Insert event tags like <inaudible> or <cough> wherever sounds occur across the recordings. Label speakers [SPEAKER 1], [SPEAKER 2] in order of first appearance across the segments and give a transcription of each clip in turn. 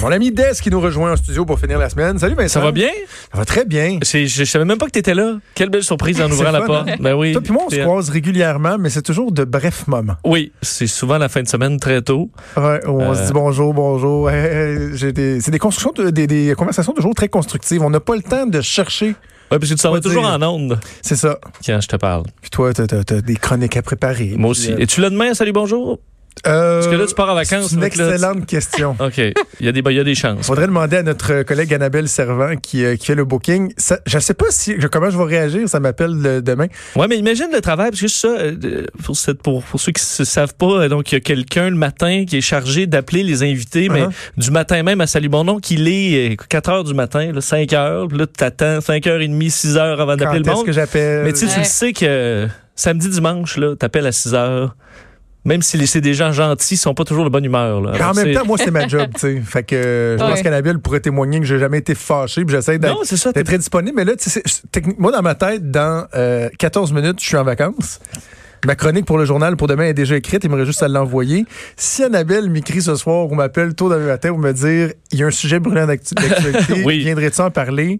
[SPEAKER 1] Mon ami Des qui nous rejoint en studio pour finir la semaine. Salut Vincent.
[SPEAKER 2] Ça va bien?
[SPEAKER 1] Ça va très bien.
[SPEAKER 2] C'est- Je, je savais même pas que t'étais là. Quelle belle surprise
[SPEAKER 1] <laughs>
[SPEAKER 2] en
[SPEAKER 1] C'est
[SPEAKER 2] ouvrant la
[SPEAKER 1] fun,
[SPEAKER 2] porte.
[SPEAKER 1] hein?
[SPEAKER 2] Ben oui.
[SPEAKER 1] Toi puis moi, on se
[SPEAKER 2] C'est-
[SPEAKER 1] croise régulièrement, mais c'est toujours de brefs moments.
[SPEAKER 2] Oui, c'est souvent la fin de semaine très tôt.
[SPEAKER 1] Ouais, où on
[SPEAKER 2] Euh.
[SPEAKER 1] se dit bonjour, bonjour. Hey, hey, j'ai des- C'est des constructions, de- des, des conversations toujours très constructives. On n'a pas le temps de chercher.
[SPEAKER 2] Oui, parce que tu s'en
[SPEAKER 1] Faut
[SPEAKER 2] vas toujours
[SPEAKER 1] dire.
[SPEAKER 2] en onde
[SPEAKER 1] C'est ça.
[SPEAKER 2] quand je te parle.
[SPEAKER 1] Puis toi, t'as t'as- t'as des chroniques à préparer.
[SPEAKER 2] Moi aussi. Et tu l'as demain, salut, bonjour?
[SPEAKER 1] Parce
[SPEAKER 2] que là, tu pars en vacances,
[SPEAKER 1] Euh, C'est une
[SPEAKER 2] donc là, tu-
[SPEAKER 1] excellente
[SPEAKER 2] <laughs>
[SPEAKER 1] question.
[SPEAKER 2] OK. Il y, a des- ben, il y a des
[SPEAKER 1] Il
[SPEAKER 2] chances.
[SPEAKER 1] faudrait demander à notre collègue Annabelle Servant qui, euh, qui fait le booking. Ça- je ne sais pas si, je- comment je vais réagir, ça m'appelle le- demain.
[SPEAKER 2] Ouais, mais imagine le travail, parce que ça, euh, pour, cette- pour, pour ceux qui ne savent pas, euh, donc il y a quelqu'un le matin qui est chargé d'appeler les invités, mais
[SPEAKER 1] Uh-huh.
[SPEAKER 2] du matin même à Salut Bon Nom, qu'il est euh, 4 heures du matin, là, 5 heures, puis là tu attends 5 heures et demie, 6 heures avant
[SPEAKER 1] Quand
[SPEAKER 2] d'appeler le
[SPEAKER 1] est-ce
[SPEAKER 2] monde.
[SPEAKER 1] que j'appelle?
[SPEAKER 2] Mais tu sais, tu le
[SPEAKER 3] Ouais.
[SPEAKER 2] sais que euh, samedi, dimanche, là, t'appelles à 6 heures. Même si les- c'est des gens gentils, ils sont pas toujours de bonne humeur. Là.
[SPEAKER 1] en
[SPEAKER 2] Alors,
[SPEAKER 1] même
[SPEAKER 2] Ah, ben, c'est-
[SPEAKER 1] temps, moi, c'est ma job, tu sais. Fait que euh, je pense
[SPEAKER 3] Ouais.
[SPEAKER 1] qu'Annabelle pourrait témoigner que j'ai jamais été fâché, puis j'essaie
[SPEAKER 2] Non,
[SPEAKER 1] d'être
[SPEAKER 2] c'est ça.
[SPEAKER 1] d'être très disponible. Mais là, tu sais, c'est- technique- moi, dans ma tête, dans euh, 14 minutes, je suis en vacances. Ma chronique pour le journal pour demain est déjà écrite, il me reste juste à l'envoyer. Si Annabelle m'écrit ce soir ou m'appelle tôt demain matin ou me dire il y a un sujet brûlant d'actu- d'actualité,
[SPEAKER 2] <laughs> Oui.
[SPEAKER 1] viendrais-tu en parler?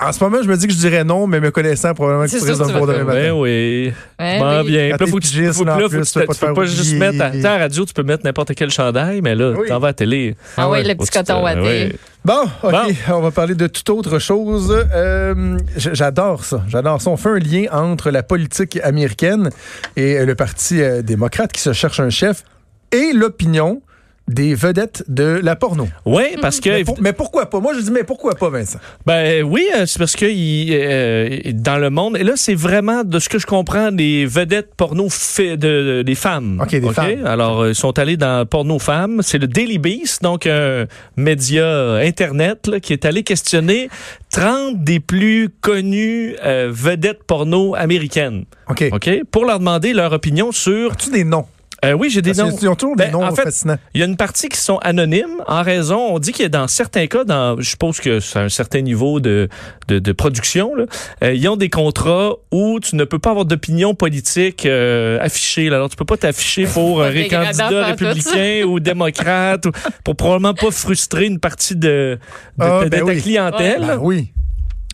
[SPEAKER 1] En ce moment, je me dis que je dirais non, mais me connaissant, probablement que tu
[SPEAKER 3] C'est
[SPEAKER 1] risques de
[SPEAKER 3] sûr
[SPEAKER 1] me
[SPEAKER 3] que tu
[SPEAKER 1] voir
[SPEAKER 3] vas
[SPEAKER 1] demain
[SPEAKER 2] Ben
[SPEAKER 1] matin.
[SPEAKER 2] oui.
[SPEAKER 3] Ouais,
[SPEAKER 2] Ben
[SPEAKER 1] Quand
[SPEAKER 2] bien.
[SPEAKER 3] mais il-
[SPEAKER 2] Puis Là,
[SPEAKER 1] t'es
[SPEAKER 2] faut que tu
[SPEAKER 1] pigiste,
[SPEAKER 2] faut que
[SPEAKER 1] là, en
[SPEAKER 2] là, faut
[SPEAKER 1] plus,
[SPEAKER 2] que
[SPEAKER 1] tu peux
[SPEAKER 2] tu
[SPEAKER 1] pas te
[SPEAKER 2] tu
[SPEAKER 1] faire
[SPEAKER 2] peux pas juste
[SPEAKER 1] oublier.
[SPEAKER 2] mettre. À, tu sais, à la radio, tu peux mettre n'importe quel chandail, mais là,
[SPEAKER 1] Oui.
[SPEAKER 2] t'en vas à la télé.
[SPEAKER 3] Ah oui, le
[SPEAKER 2] Faut
[SPEAKER 3] petit
[SPEAKER 2] que tu te-
[SPEAKER 3] coton watté.
[SPEAKER 2] ouais.
[SPEAKER 1] Bon, OK,
[SPEAKER 2] Bon.
[SPEAKER 1] on va parler de toute autre chose. Euh, j- j'adore ça, j'adore ça. On fait un lien entre la politique américaine et euh, le Parti euh, démocrate qui se cherche un chef et l'opinion des vedettes de la porno.
[SPEAKER 2] Ouais, parce que
[SPEAKER 1] Mais, pour- mais pourquoi pas? Moi, je dis, mais pourquoi pas, Vincent?
[SPEAKER 2] Ben oui, euh, c'est parce que il, euh, dans le monde, et là c'est vraiment de ce que je comprends des vedettes porno fi- de, de- des femmes.
[SPEAKER 1] Ok, des femmes.
[SPEAKER 2] Alors euh, ils sont allés dans porno femmes, c'est le Daily Beast, donc un média euh, internet là, qui est allé questionner 30 des plus connues euh, vedettes porno américaines.
[SPEAKER 1] OK.
[SPEAKER 2] Ok, pour leur demander leur opinion sur.
[SPEAKER 1] As-tu des noms?
[SPEAKER 2] Euh, oui, j'ai des
[SPEAKER 1] Parce
[SPEAKER 2] noms.
[SPEAKER 1] qu'ils- Ils ont toujours des
[SPEAKER 2] Ben,
[SPEAKER 1] noms
[SPEAKER 2] en fait,
[SPEAKER 1] fascinants.
[SPEAKER 2] Il y a une partie qui sont anonymes en raison, on dit qu'il y a dans certains cas, dans, je suppose que c'est un certain niveau de, de, de production, là, euh, ils ont des contrats où tu ne peux pas avoir d'opinion politique euh, affichée. là. Alors, tu peux pas t'afficher pour
[SPEAKER 3] <laughs>
[SPEAKER 2] euh,
[SPEAKER 3] Pas
[SPEAKER 2] ré-
[SPEAKER 3] dégradant,
[SPEAKER 2] candidat
[SPEAKER 3] pas en tout.
[SPEAKER 2] républicain ou démocrate, ou, pour probablement pas frustrer une partie de, de,
[SPEAKER 1] Ah,
[SPEAKER 2] ta- de
[SPEAKER 1] ben
[SPEAKER 2] ta
[SPEAKER 1] oui.
[SPEAKER 2] clientèle.
[SPEAKER 1] Ben oui.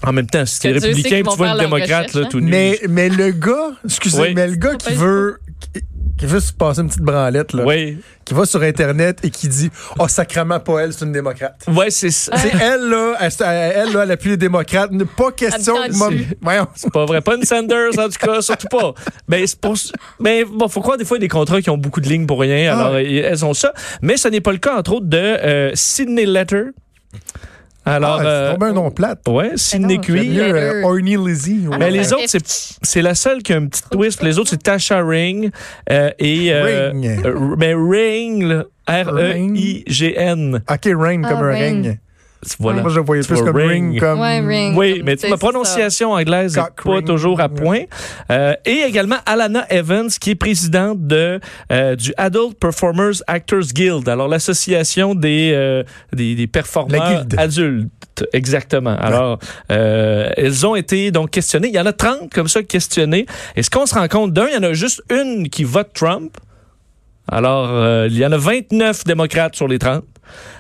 [SPEAKER 2] En même temps, si t'es
[SPEAKER 3] Que Dieu sait
[SPEAKER 2] républicain,
[SPEAKER 3] qu'ils
[SPEAKER 2] tu
[SPEAKER 3] vont
[SPEAKER 2] vois
[SPEAKER 3] faire
[SPEAKER 2] une
[SPEAKER 3] leur
[SPEAKER 2] démocrate,
[SPEAKER 3] recherche,
[SPEAKER 2] là,
[SPEAKER 3] hein.
[SPEAKER 2] tout nu.
[SPEAKER 1] Mais, mais le gars, excusez,
[SPEAKER 2] Oui.
[SPEAKER 1] mais le gars qui veut, qui, qui veut se passer une petite branlette, là,
[SPEAKER 2] Oui,
[SPEAKER 1] qui va sur Internet et qui dit, oh, sacrament, pas elle, c'est une démocrate.
[SPEAKER 2] ouais, c'est
[SPEAKER 3] Ah,
[SPEAKER 2] ça.
[SPEAKER 3] Euh.
[SPEAKER 1] C'est elle, là, elle, elle, là, elle appuie les démocrates. Ne- Pas question
[SPEAKER 3] Elle me
[SPEAKER 1] que
[SPEAKER 3] tend
[SPEAKER 1] mom- Voyons.
[SPEAKER 2] Pas vrai. Pas une Sanders, en tout cas, surtout pas. Mais c'est pour- mais bon, faut croire des fois il y a des contrats qui ont beaucoup de lignes pour rien.
[SPEAKER 1] Ah.
[SPEAKER 2] Alors, euh, elles ont ça. Mais ce n'est pas le cas, entre autres, de euh, Sydney Letter. Alors,
[SPEAKER 1] Ah,
[SPEAKER 2] euh,
[SPEAKER 1] c'est pas un nom plate.
[SPEAKER 2] ouais, Sydney
[SPEAKER 3] Ben non,
[SPEAKER 1] J'aime
[SPEAKER 2] Cui.
[SPEAKER 1] mieux euh,
[SPEAKER 3] Letter.
[SPEAKER 1] Orny Lizzie.
[SPEAKER 2] Ah, Mais les
[SPEAKER 3] Ouais.
[SPEAKER 2] autres, c'est, c'est la seule qui a un petit twist. Les autres, c'est Tasha Ring euh, et euh,
[SPEAKER 1] Ring.
[SPEAKER 2] euh, mais Ring, là, E R-E-I-G-N.
[SPEAKER 1] OK, Ring
[SPEAKER 3] Ah,
[SPEAKER 1] comme un
[SPEAKER 3] Ring.
[SPEAKER 1] ring.
[SPEAKER 2] Voilà.
[SPEAKER 1] Moi, je le voyais
[SPEAKER 2] Tu
[SPEAKER 1] plus
[SPEAKER 2] vois,
[SPEAKER 1] comme ring,
[SPEAKER 2] ring.
[SPEAKER 1] comme...
[SPEAKER 3] Ouais, ring.
[SPEAKER 2] Oui,
[SPEAKER 3] comme
[SPEAKER 2] mais
[SPEAKER 3] tu sais,
[SPEAKER 2] ma
[SPEAKER 3] c'est
[SPEAKER 2] prononciation anglaise n'est
[SPEAKER 1] Cock
[SPEAKER 2] pas
[SPEAKER 1] ring.
[SPEAKER 2] toujours à point. Euh, et également Alana Evans, qui est présidente de euh, du Adult Performers Actors Guild, alors l'association des, euh, des des
[SPEAKER 1] La
[SPEAKER 2] performeurs
[SPEAKER 1] guilde.
[SPEAKER 2] adultes. Exactement. Alors, euh, elles ont été donc questionnées. Il y en a 30 comme ça questionnées. Et ce qu'on se rend compte d'un, il y en a juste une qui vote Trump. Alors, euh, il y en a 29 démocrates sur les 30.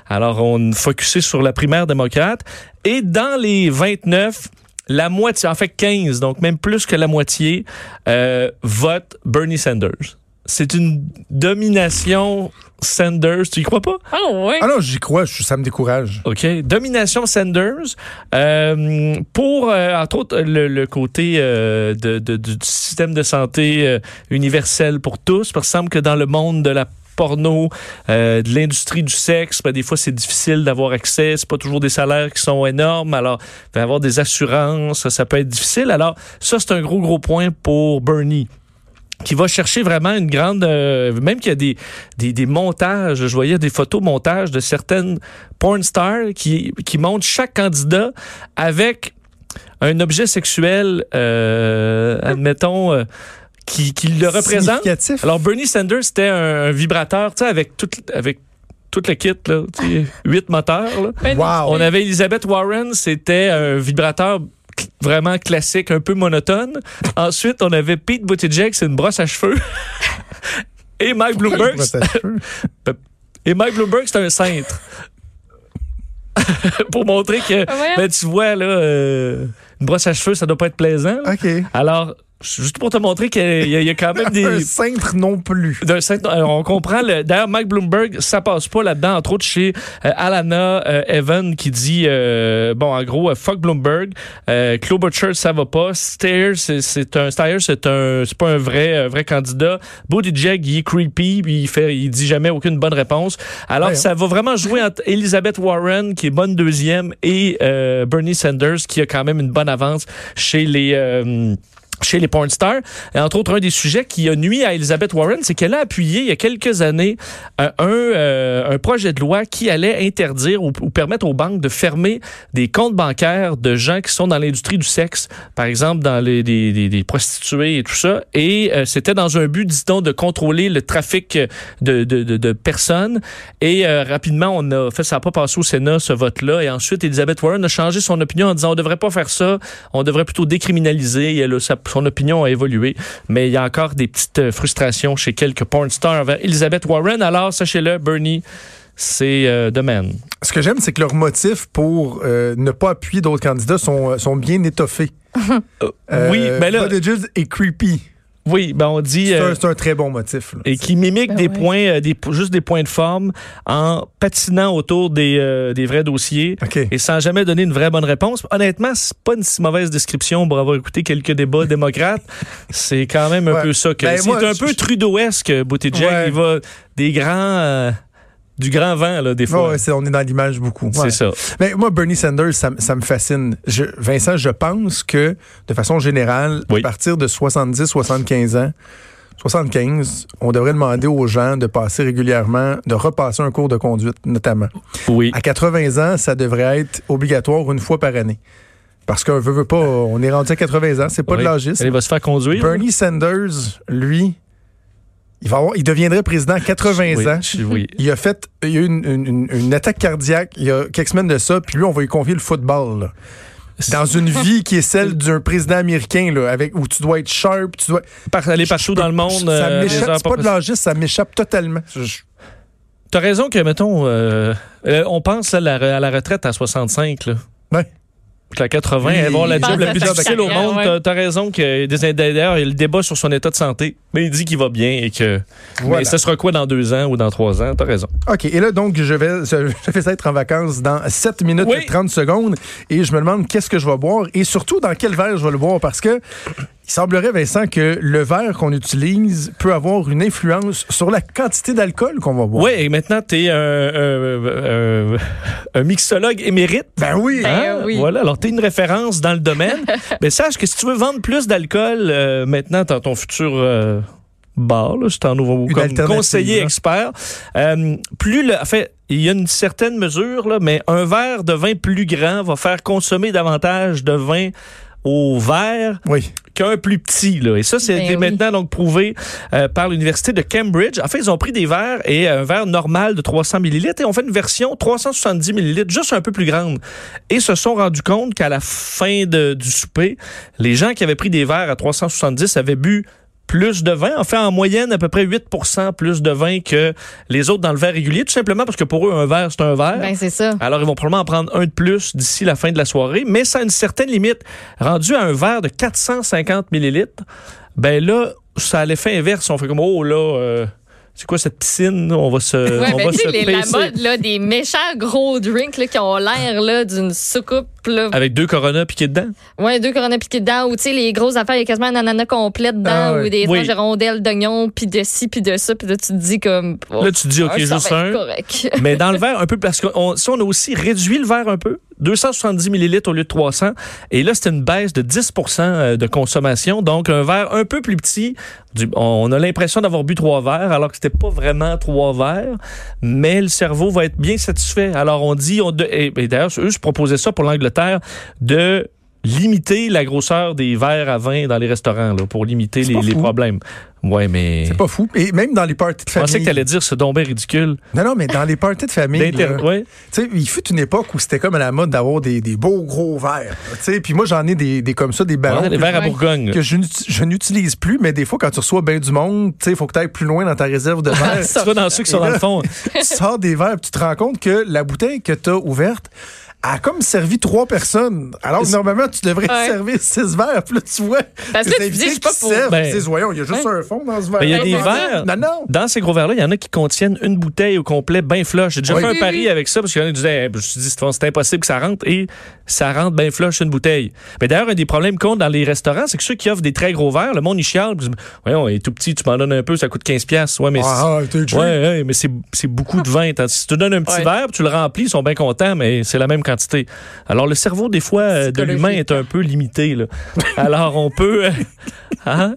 [SPEAKER 2] Alors, on focusait sur la primaire démocrate. Et dans les 29, la moitié, en fait 15, donc même plus que la moitié, euh, vote Bernie Sanders. C'est une domination Sanders. Tu y crois pas?
[SPEAKER 3] Ah oui.
[SPEAKER 1] Ah non, j'y crois, je- ça me décourage.
[SPEAKER 2] OK. Domination Sanders euh, pour, euh, entre autres, le, le côté euh, de, de- du système de santé euh, universel pour tous. Parce qu'il semble que dans le monde de la porno, euh, de l'industrie du sexe, ben, des fois c'est difficile d'avoir accès, c'est pas toujours des salaires qui sont énormes, alors ben, avoir des assurances, ça peut être difficile. Alors ça c'est un gros gros point pour Bernie qui va chercher vraiment une grande... euh, même qu'il y a des, des, des montages, je voyais des photos montages de certaines porn stars qui, qui montrent chaque candidat avec un objet sexuel, euh, admettons, euh, qui, qui le représente.
[SPEAKER 1] Significatif.
[SPEAKER 2] Alors Bernie Sanders, c'était un, un vibrateur, tu sais, avec tout, avec tout le kit, là, tu
[SPEAKER 3] <laughs>
[SPEAKER 2] sais, huit moteurs. là.
[SPEAKER 3] ben,
[SPEAKER 1] Wow.
[SPEAKER 2] On avait Elizabeth Warren, c'était un vibrateur cl- vraiment classique, un peu monotone. Ensuite, on avait Pete Buttigieg, c'est une brosse à cheveux. <laughs> Et Mike Bloomberg,
[SPEAKER 1] Brosse à
[SPEAKER 2] <laughs>
[SPEAKER 1] cheveux.
[SPEAKER 2] et Mike Bloomberg, c'est un cintre. <laughs> Pour montrer que,
[SPEAKER 3] Ah, voyons.
[SPEAKER 2] ben, tu vois, là, euh, une brosse à cheveux, ça doit pas être plaisant.
[SPEAKER 3] Ah.
[SPEAKER 2] là.
[SPEAKER 1] OK.
[SPEAKER 2] Alors, juste pour te montrer qu'il y a- il y, a- il y a
[SPEAKER 3] <laughs>
[SPEAKER 2] quand même
[SPEAKER 1] Un
[SPEAKER 2] des,
[SPEAKER 1] cintre non plus.
[SPEAKER 2] d'un certain- alors, on comprend. le- D'ailleurs, Mike Bloomberg, ça passe pas là-dedans, entre autres chez euh, Alana euh, Evan qui dit, euh, bon, en gros, euh, fuck Bloomberg, euh, Klobuchar, ça va pas, Stairs, c'est- c'est un, Stairs, c'est un, c'est pas un vrai, un vrai candidat, Buttigieg, il est creepy, puis il fait, il dit jamais aucune bonne réponse. Alors,
[SPEAKER 1] Ouais, hein.
[SPEAKER 2] ça va vraiment jouer entre Elizabeth Warren, qui est bonne deuxième, et euh, Bernie Sanders, qui a quand même une bonne avance chez les, euh, chez les porn stars. Et entre autres, un des sujets qui a nuit à Elizabeth Warren, c'est qu'elle a appuyé il y a quelques années euh, un, euh, un projet de loi qui allait interdire ou, ou permettre aux banques de fermer des comptes bancaires de gens qui sont dans l'industrie du sexe, par exemple dans les des, des- des prostituées et tout ça. Et euh, c'était dans un but, disons, de contrôler le trafic de, de, de, de personnes. Et euh, rapidement, on a fait ça n'a pas passé au Sénat ce vote-là. Et ensuite, Elizabeth Warren a changé son opinion en disant on devrait pas faire ça, on devrait plutôt décriminaliser. Et elle a- sa- son opinion a évolué, mais il y a encore des petites euh, frustrations chez quelques porn stars envers Elizabeth Warren. Alors sachez-le, Bernie, c'est euh, de même.
[SPEAKER 1] Ce que j'aime, c'est que leurs motifs pour euh, ne pas appuyer d'autres candidats sont, euh, sont bien étoffés.
[SPEAKER 2] oui,
[SPEAKER 1] Euh,
[SPEAKER 2] mais là,
[SPEAKER 1] Buttigieg est creepy.
[SPEAKER 2] oui, ben on dit.
[SPEAKER 1] C'est
[SPEAKER 2] euh,
[SPEAKER 1] un, c'est un très bon motif. là.
[SPEAKER 2] et qui mimique
[SPEAKER 3] Ben
[SPEAKER 2] des
[SPEAKER 3] ouais.
[SPEAKER 2] points, euh, des, juste des points de forme en patinant autour des, euh, des vrais dossiers.
[SPEAKER 1] OK.
[SPEAKER 2] et sans jamais donner une vraie bonne réponse. Honnêtement, c'est pas une si mauvaise description pour avoir écouté
[SPEAKER 1] <laughs>
[SPEAKER 2] quelques débats démocrates. C'est quand même un
[SPEAKER 1] Ouais.
[SPEAKER 2] peu ça que
[SPEAKER 1] Ben,
[SPEAKER 2] c'est
[SPEAKER 1] moi,
[SPEAKER 2] un
[SPEAKER 1] je-
[SPEAKER 2] peu
[SPEAKER 1] je-
[SPEAKER 2] Trudeauesque Buttigieg,
[SPEAKER 1] Ouais.
[SPEAKER 2] il va des grands euh, du grand vent là des
[SPEAKER 1] Ouais,
[SPEAKER 2] fois.
[SPEAKER 1] ouais, c'est- on est dans l'image beaucoup.
[SPEAKER 2] hein. c'est
[SPEAKER 1] Ouais.
[SPEAKER 2] ça.
[SPEAKER 1] Mais moi, Bernie Sanders, ça, m- ça me fascine. Je- Vincent, je pense que, de façon générale,
[SPEAKER 2] Oui.
[SPEAKER 1] à partir de 70, 75 ans, 75, on devrait demander aux gens de passer régulièrement, de repasser un cours de conduite, notamment.
[SPEAKER 2] Oui.
[SPEAKER 1] À 80 ans, ça devrait être obligatoire une fois par année. Parce qu'on veut, veut pas, on est rendu à 80 ans, c'est pas
[SPEAKER 2] Oui.
[SPEAKER 1] de l'âgisme.
[SPEAKER 2] Elle va se faire conduire.
[SPEAKER 1] Bernie Sanders, lui, il, va avoir- il deviendrait président à 80
[SPEAKER 2] Oui,
[SPEAKER 1] ans.
[SPEAKER 2] je-
[SPEAKER 1] <laughs>
[SPEAKER 2] oui.
[SPEAKER 1] Il a fait, il y a eu une, une- une- une attaque cardiaque il y a quelques semaines de ça, puis lui, on va lui confier le football. là. Dans une vie qui est
[SPEAKER 2] <laughs>
[SPEAKER 1] celle d'un président américain, là, avec, où tu dois être sharp, tu dois.
[SPEAKER 2] Par- aller partout dans le monde.
[SPEAKER 1] ça
[SPEAKER 2] euh, des
[SPEAKER 1] m'échappe,
[SPEAKER 2] heures
[SPEAKER 1] c'est pas de
[SPEAKER 2] possibles.
[SPEAKER 1] l'âgisme, ça m'échappe totalement. Je- je-
[SPEAKER 2] T'as raison que mettons, euh, euh, on pense là, la re- à la retraite à 65 là.
[SPEAKER 1] Ouais.
[SPEAKER 2] Puis la 80,
[SPEAKER 1] Oui,
[SPEAKER 2] elle va avoir la
[SPEAKER 1] il
[SPEAKER 2] job
[SPEAKER 1] pense
[SPEAKER 2] la
[SPEAKER 1] à
[SPEAKER 2] plus
[SPEAKER 1] sa
[SPEAKER 2] difficile au
[SPEAKER 3] carrière,
[SPEAKER 2] monde.
[SPEAKER 3] ouais.
[SPEAKER 2] T'as- T'as raison que euh, des d'ailleurs, il y a le débat sur son état de santé, mais il dit qu'il va bien et que
[SPEAKER 1] Voilà.
[SPEAKER 2] mais ce sera quoi dans deux ans ou dans trois ans T'as raison.
[SPEAKER 1] OK. Et là, donc, je vais, je je vais être en vacances dans 7 minutes
[SPEAKER 2] Oui.
[SPEAKER 1] et 30 secondes et je me demande qu'est-ce que je vais boire et surtout dans quel verre je vais le boire parce que il semblerait, Vincent, que le verre qu'on utilise peut avoir une influence sur la quantité d'alcool qu'on va boire.
[SPEAKER 2] Oui, et maintenant t'es un, un- un- un mixologue émérite.
[SPEAKER 1] Ben oui.
[SPEAKER 3] Ben,
[SPEAKER 2] Hein?
[SPEAKER 3] oui.
[SPEAKER 2] Voilà, alors t'es une référence dans le
[SPEAKER 3] <laughs>
[SPEAKER 2] domaine. Mais sache que si tu veux vendre plus d'alcool euh, maintenant dans ton futur euh, bar, là, c'est un nouveau
[SPEAKER 1] Une
[SPEAKER 2] comme
[SPEAKER 1] alternative,
[SPEAKER 2] conseiller
[SPEAKER 1] hein.
[SPEAKER 2] expert, euh, plus le, en fait, il y a une certaine mesure, là, mais un verre de vin plus grand va faire consommer davantage de vin au verre
[SPEAKER 1] Oui.
[SPEAKER 2] qu'un plus petit. Là. Et ça, c'est
[SPEAKER 3] Ben oui.
[SPEAKER 2] maintenant donc prouvé euh, par l'Université de Cambridge. En fait, ils ont pris des verres et euh, un verre normal de 300 millilitres et ont fait une version 370 millilitres, juste un peu plus grande. Et se sont rendus compte qu'à la fin de- du souper, les gens qui avaient pris des verres à 370 avaient bu plus de vin, en fait en moyenne à peu près 8 plus de vin que les autres dans le verre régulier, tout simplement parce que pour eux, un verre, c'est un verre.
[SPEAKER 3] Ben, c'est ça.
[SPEAKER 2] Alors, ils vont probablement en prendre un de plus d'ici la fin de la soirée, mais ça a une certaine limite. Rendu à un verre de 450 millilitres, ben là, ça a l'effet inverse. On fait comme, oh là, euh, c'est quoi cette piscine? On va se.
[SPEAKER 3] Ouais,
[SPEAKER 2] Euh, on
[SPEAKER 3] ben,
[SPEAKER 2] va
[SPEAKER 3] tu
[SPEAKER 2] se
[SPEAKER 3] sais, les- la
[SPEAKER 2] placer.
[SPEAKER 3] mode là, des méchants gros drinks là, qui ont l'air là, d'une soucoupe. Là.
[SPEAKER 2] Avec deux coronas piqués dedans.
[SPEAKER 3] Ouais, deux coronas piqués dedans, ou tu sais, les grosses affaires, il y a quasiment un ananas complet dedans,
[SPEAKER 1] Ah,
[SPEAKER 3] ou
[SPEAKER 1] ouais.
[SPEAKER 3] des
[SPEAKER 2] Oui.
[SPEAKER 3] tranches de rondelles d'oignons, puis de ci, puis de ça, puis là, tu te dis comme. oh,
[SPEAKER 2] Là, tu te dis, OK,
[SPEAKER 3] ça va
[SPEAKER 2] juste
[SPEAKER 3] être
[SPEAKER 2] un.
[SPEAKER 3] correct.
[SPEAKER 2] Mais dans le verre, un peu, parce que on- si on a aussi réduit le verre un peu, 270 millilitres au lieu de 300. Et là, c'était une baisse de 10 euh, de consommation. Donc, un verre un peu plus petit. Du- on a l'impression d'avoir bu trois verres, alors que c'était pas vraiment trois verres. Mais le cerveau va être bien satisfait. Alors, on dit... On, de- et, et d'ailleurs, eux se proposaient ça pour l'Angleterre, de limiter la grosseur des verres à vin dans les restaurants, là, pour limiter
[SPEAKER 1] C'est
[SPEAKER 2] les,
[SPEAKER 1] pas
[SPEAKER 2] les
[SPEAKER 1] fou.
[SPEAKER 2] problèmes. Ouais, mais...
[SPEAKER 1] C'est pas fou. Et même dans les parties de
[SPEAKER 2] Je
[SPEAKER 1] famille.
[SPEAKER 2] pensais que t'allais dire ce dombé ridicule.
[SPEAKER 1] Non, non, mais dans les parties de famille.
[SPEAKER 2] D'inter-
[SPEAKER 1] là,
[SPEAKER 2] ouais.
[SPEAKER 1] Tu sais, il fut une époque où c'était comme à la mode d'avoir des, des beaux gros verres. là, tu sais. puis moi, j'en ai des, des comme ça, des barons
[SPEAKER 2] Ouais, les
[SPEAKER 1] que-
[SPEAKER 2] verres à
[SPEAKER 3] Ouais.
[SPEAKER 2] Bourgogne.
[SPEAKER 1] Ah, que je, n'uti- je n'utilise plus, mais des fois, quand tu reçois bien du monde, il faut que tu ailles plus loin dans ta réserve de
[SPEAKER 2] Ah, <laughs>
[SPEAKER 1] verres.
[SPEAKER 2] tu vas dans ceux qui sont dans le fond.
[SPEAKER 1] tu sors des verres, puis tu te rends compte que la bouteille que tu as ouverte a comme servi trois personnes. Alors que normalement, tu devrais
[SPEAKER 3] Ouais.
[SPEAKER 1] servir six verres. Puis là, tu vois,
[SPEAKER 3] Parce
[SPEAKER 1] tes
[SPEAKER 3] que là, tu
[SPEAKER 1] invités
[SPEAKER 3] dis, je suis pas
[SPEAKER 1] qui
[SPEAKER 3] pour.
[SPEAKER 1] servent,
[SPEAKER 2] Ben-
[SPEAKER 1] tu dis, voyons, il y a juste
[SPEAKER 3] Ouais.
[SPEAKER 1] un fond dans ce verre.
[SPEAKER 2] Ben,
[SPEAKER 1] <laughs>
[SPEAKER 2] Il y a des
[SPEAKER 3] Ouais,
[SPEAKER 2] verres.
[SPEAKER 1] Non, non.
[SPEAKER 2] Dans ces gros verres-là, il y en a qui contiennent une bouteille au complet, bien flush. J'ai déjà
[SPEAKER 1] Oui.
[SPEAKER 2] fait
[SPEAKER 3] Oui,
[SPEAKER 2] un
[SPEAKER 3] oui,
[SPEAKER 2] pari
[SPEAKER 3] oui.
[SPEAKER 2] avec ça parce qu'il y en a qui disaient, eh, je me suis dit, Stéphane, c'est impossible que ça rentre et ça rentre bien flush une bouteille. Mais d'ailleurs, un des problèmes qu'on a dans les restaurants, c'est que ceux qui offrent des très gros verres, le monde, il chiale. puis ils disent, Voyons, il est tout petit, tu m'en donnes un peu, ça coûte 15$. piastres. Ouais, mais c'est-
[SPEAKER 1] Ah, t'es
[SPEAKER 2] Ouais,
[SPEAKER 1] cheap.
[SPEAKER 2] ouais, mais c'est c'est beaucoup de vin. Tandis que Si tu donnes un petit
[SPEAKER 3] Ouais.
[SPEAKER 2] verre, puis tu le remplis, ils sont bien contents, mais c'est la même quantité. Alors, le cerveau, des fois, euh, de l'humain est un peu limité. là. Alors, on peut... euh, <laughs> hein?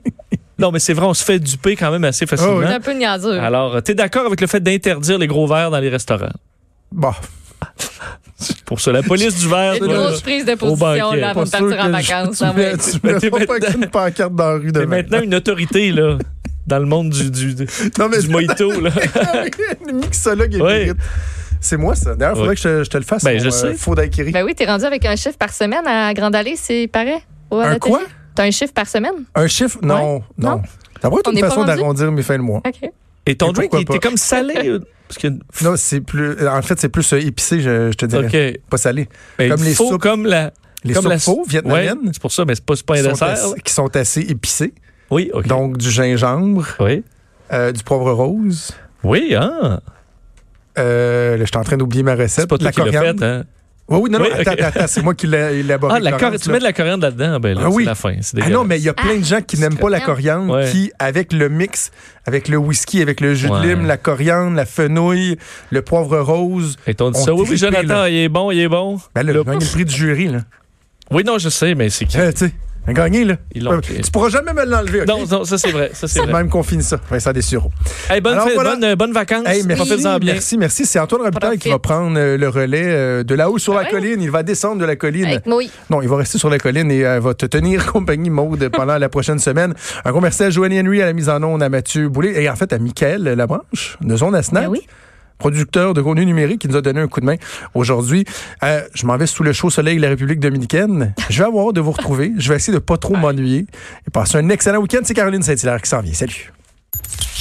[SPEAKER 2] Non, mais c'est vrai, on se fait duper quand même assez facilement.
[SPEAKER 1] Ah
[SPEAKER 3] <laughs> C'est un peu niaiseux.
[SPEAKER 2] Alors, tu es d'accord avec le fait d'interdire les gros verres dans les restaurants?
[SPEAKER 1] Bon,
[SPEAKER 2] Pour ça, la police du verre...
[SPEAKER 3] Une
[SPEAKER 2] toi,
[SPEAKER 3] grosse prise de
[SPEAKER 2] au
[SPEAKER 3] position
[SPEAKER 2] banquet.
[SPEAKER 3] là,
[SPEAKER 1] pas
[SPEAKER 3] avant de
[SPEAKER 1] sûr
[SPEAKER 3] partir en
[SPEAKER 1] que je-
[SPEAKER 2] <laughs>
[SPEAKER 1] <laughs>
[SPEAKER 3] vacances.
[SPEAKER 1] tu
[SPEAKER 3] ah ouais.
[SPEAKER 1] mets- Tu
[SPEAKER 2] Mais
[SPEAKER 1] mets
[SPEAKER 2] t'es
[SPEAKER 1] pas
[SPEAKER 2] maintenant-
[SPEAKER 1] avec une pancarte dans la rue
[SPEAKER 2] T'es
[SPEAKER 1] de
[SPEAKER 2] maintenant une autorité, là, dans le monde du, du, du
[SPEAKER 1] <laughs> Non, mais
[SPEAKER 2] mojito, là.
[SPEAKER 1] le mixologue est
[SPEAKER 2] Ouais.
[SPEAKER 1] mérite. C'est moi, ça. D'ailleurs, faudrait
[SPEAKER 2] Ouais.
[SPEAKER 1] que je, je te le fasse.
[SPEAKER 2] Ben,
[SPEAKER 1] mon, euh,
[SPEAKER 2] je sais.
[SPEAKER 1] faux daiquiri.
[SPEAKER 3] Ben oui, t'es rendu avec un chiffre par semaine à Grande Allée, c'est pareil? Ou à
[SPEAKER 1] Un
[SPEAKER 3] la télé?
[SPEAKER 1] quoi?
[SPEAKER 3] T'as un chiffre par semaine?
[SPEAKER 1] Un chiffre? Non, non.
[SPEAKER 3] Non.
[SPEAKER 1] Ça pourrait être
[SPEAKER 3] On
[SPEAKER 1] une
[SPEAKER 3] est pas
[SPEAKER 1] façon
[SPEAKER 3] rendu?
[SPEAKER 1] d'arrondir mes fins de
[SPEAKER 3] <laughs>
[SPEAKER 1] mois.
[SPEAKER 3] OK.
[SPEAKER 2] Et ton
[SPEAKER 1] Et
[SPEAKER 2] drink,
[SPEAKER 1] pourquoi
[SPEAKER 2] il était
[SPEAKER 1] pas?
[SPEAKER 2] comme salé. euh, Parce que...
[SPEAKER 1] Non, c'est plus. En fait, c'est plus euh, épicé, je, je te dirais.
[SPEAKER 2] OK.
[SPEAKER 1] Pas salé.
[SPEAKER 2] Ben,
[SPEAKER 1] Comme les
[SPEAKER 2] faux,
[SPEAKER 1] soupes-
[SPEAKER 2] comme la...
[SPEAKER 1] Les
[SPEAKER 2] comme
[SPEAKER 1] soupes
[SPEAKER 2] la
[SPEAKER 1] faux vietnamiennes
[SPEAKER 2] Ouais, c'est pour ça, mais c'est pas, c'est pas
[SPEAKER 1] qui,
[SPEAKER 2] un
[SPEAKER 1] sont
[SPEAKER 2] dessert. là.
[SPEAKER 1] assez, qui sont assez épicées.
[SPEAKER 2] Oui, OK.
[SPEAKER 1] Donc, du gingembre,
[SPEAKER 2] oui.
[SPEAKER 1] euh, du poivre rose.
[SPEAKER 2] Oui, hein?
[SPEAKER 1] Euh, là, je suis en train d'oublier ma recette.
[SPEAKER 2] C'est pas toi
[SPEAKER 1] la
[SPEAKER 2] qui l'as
[SPEAKER 1] coriandre.
[SPEAKER 2] fait, hein?
[SPEAKER 1] Oui, oui, non, non,
[SPEAKER 2] Oui,
[SPEAKER 1] attends,
[SPEAKER 2] ok.
[SPEAKER 1] attends, attends, c'est moi qui l'ai élaboré.
[SPEAKER 2] Ah, la cor-
[SPEAKER 1] Florence,
[SPEAKER 2] tu
[SPEAKER 1] là.
[SPEAKER 2] mets de la coriandre là-dedans, ben là,
[SPEAKER 1] Ah oui.
[SPEAKER 2] c'est la fin. C'est
[SPEAKER 1] Ah non, mais il y a plein de gens qui n'aiment pas la coriandre,
[SPEAKER 2] Ouais.
[SPEAKER 1] qui, avec le mix, avec le whisky, avec le jus
[SPEAKER 2] Ouais.
[SPEAKER 1] de lime, la coriandre, la fenouil, le poivre rose,
[SPEAKER 2] Et on dit
[SPEAKER 1] ont
[SPEAKER 2] ça, oui, oui,
[SPEAKER 1] trippé,
[SPEAKER 2] Jonathan,
[SPEAKER 1] là.
[SPEAKER 2] il est bon, il est bon.
[SPEAKER 1] ben là,
[SPEAKER 2] Le-
[SPEAKER 1] le... gagné le prix du jury, là.
[SPEAKER 2] Oui, non, je sais, mais
[SPEAKER 1] <laughs>
[SPEAKER 2] c'est qui?
[SPEAKER 1] Euh, tu sais, il a gagné, là.
[SPEAKER 2] Ils l'ont-
[SPEAKER 1] tu pourras jamais me l'enlever, OK?
[SPEAKER 2] Non, non, ça c'est vrai, ça c'est
[SPEAKER 1] C'est de
[SPEAKER 2] vrai.
[SPEAKER 1] même qu'on finit ça. Vincent Dessureau.
[SPEAKER 2] Hey, bonne,
[SPEAKER 1] Alors,
[SPEAKER 2] fête,
[SPEAKER 1] voilà.
[SPEAKER 2] bonne, euh, bonne vacances.
[SPEAKER 1] Hey, merci,
[SPEAKER 2] Profitez-en bien.
[SPEAKER 1] merci, merci. C'est Antoine Robitaille qui
[SPEAKER 3] Profite.
[SPEAKER 1] va prendre euh, le relais euh, de là-haut sur la
[SPEAKER 3] ouais?
[SPEAKER 1] colline. Il va descendre de la colline.
[SPEAKER 3] Avec moi,
[SPEAKER 1] Non, il va rester sur la colline et euh, va te tenir <laughs> compagnie, Maude, pendant la prochaine semaine. Un gros merci à Joanne Henry, à la mise en onde, à Mathieu Boulay et en fait à Michael Labranche de Zone à Snack,
[SPEAKER 3] Ben oui.
[SPEAKER 1] producteur de contenu numérique qui nous a donné un coup de main aujourd'hui. Euh, je m'en vais sous le chaud soleil de la République dominicaine. Je vais avoir hâte de vous retrouver. Je vais essayer de pas trop m'ennuyer. Et passez un excellent week-end. C'est Caroline Saint-Hilaire qui s'en vient. Salut.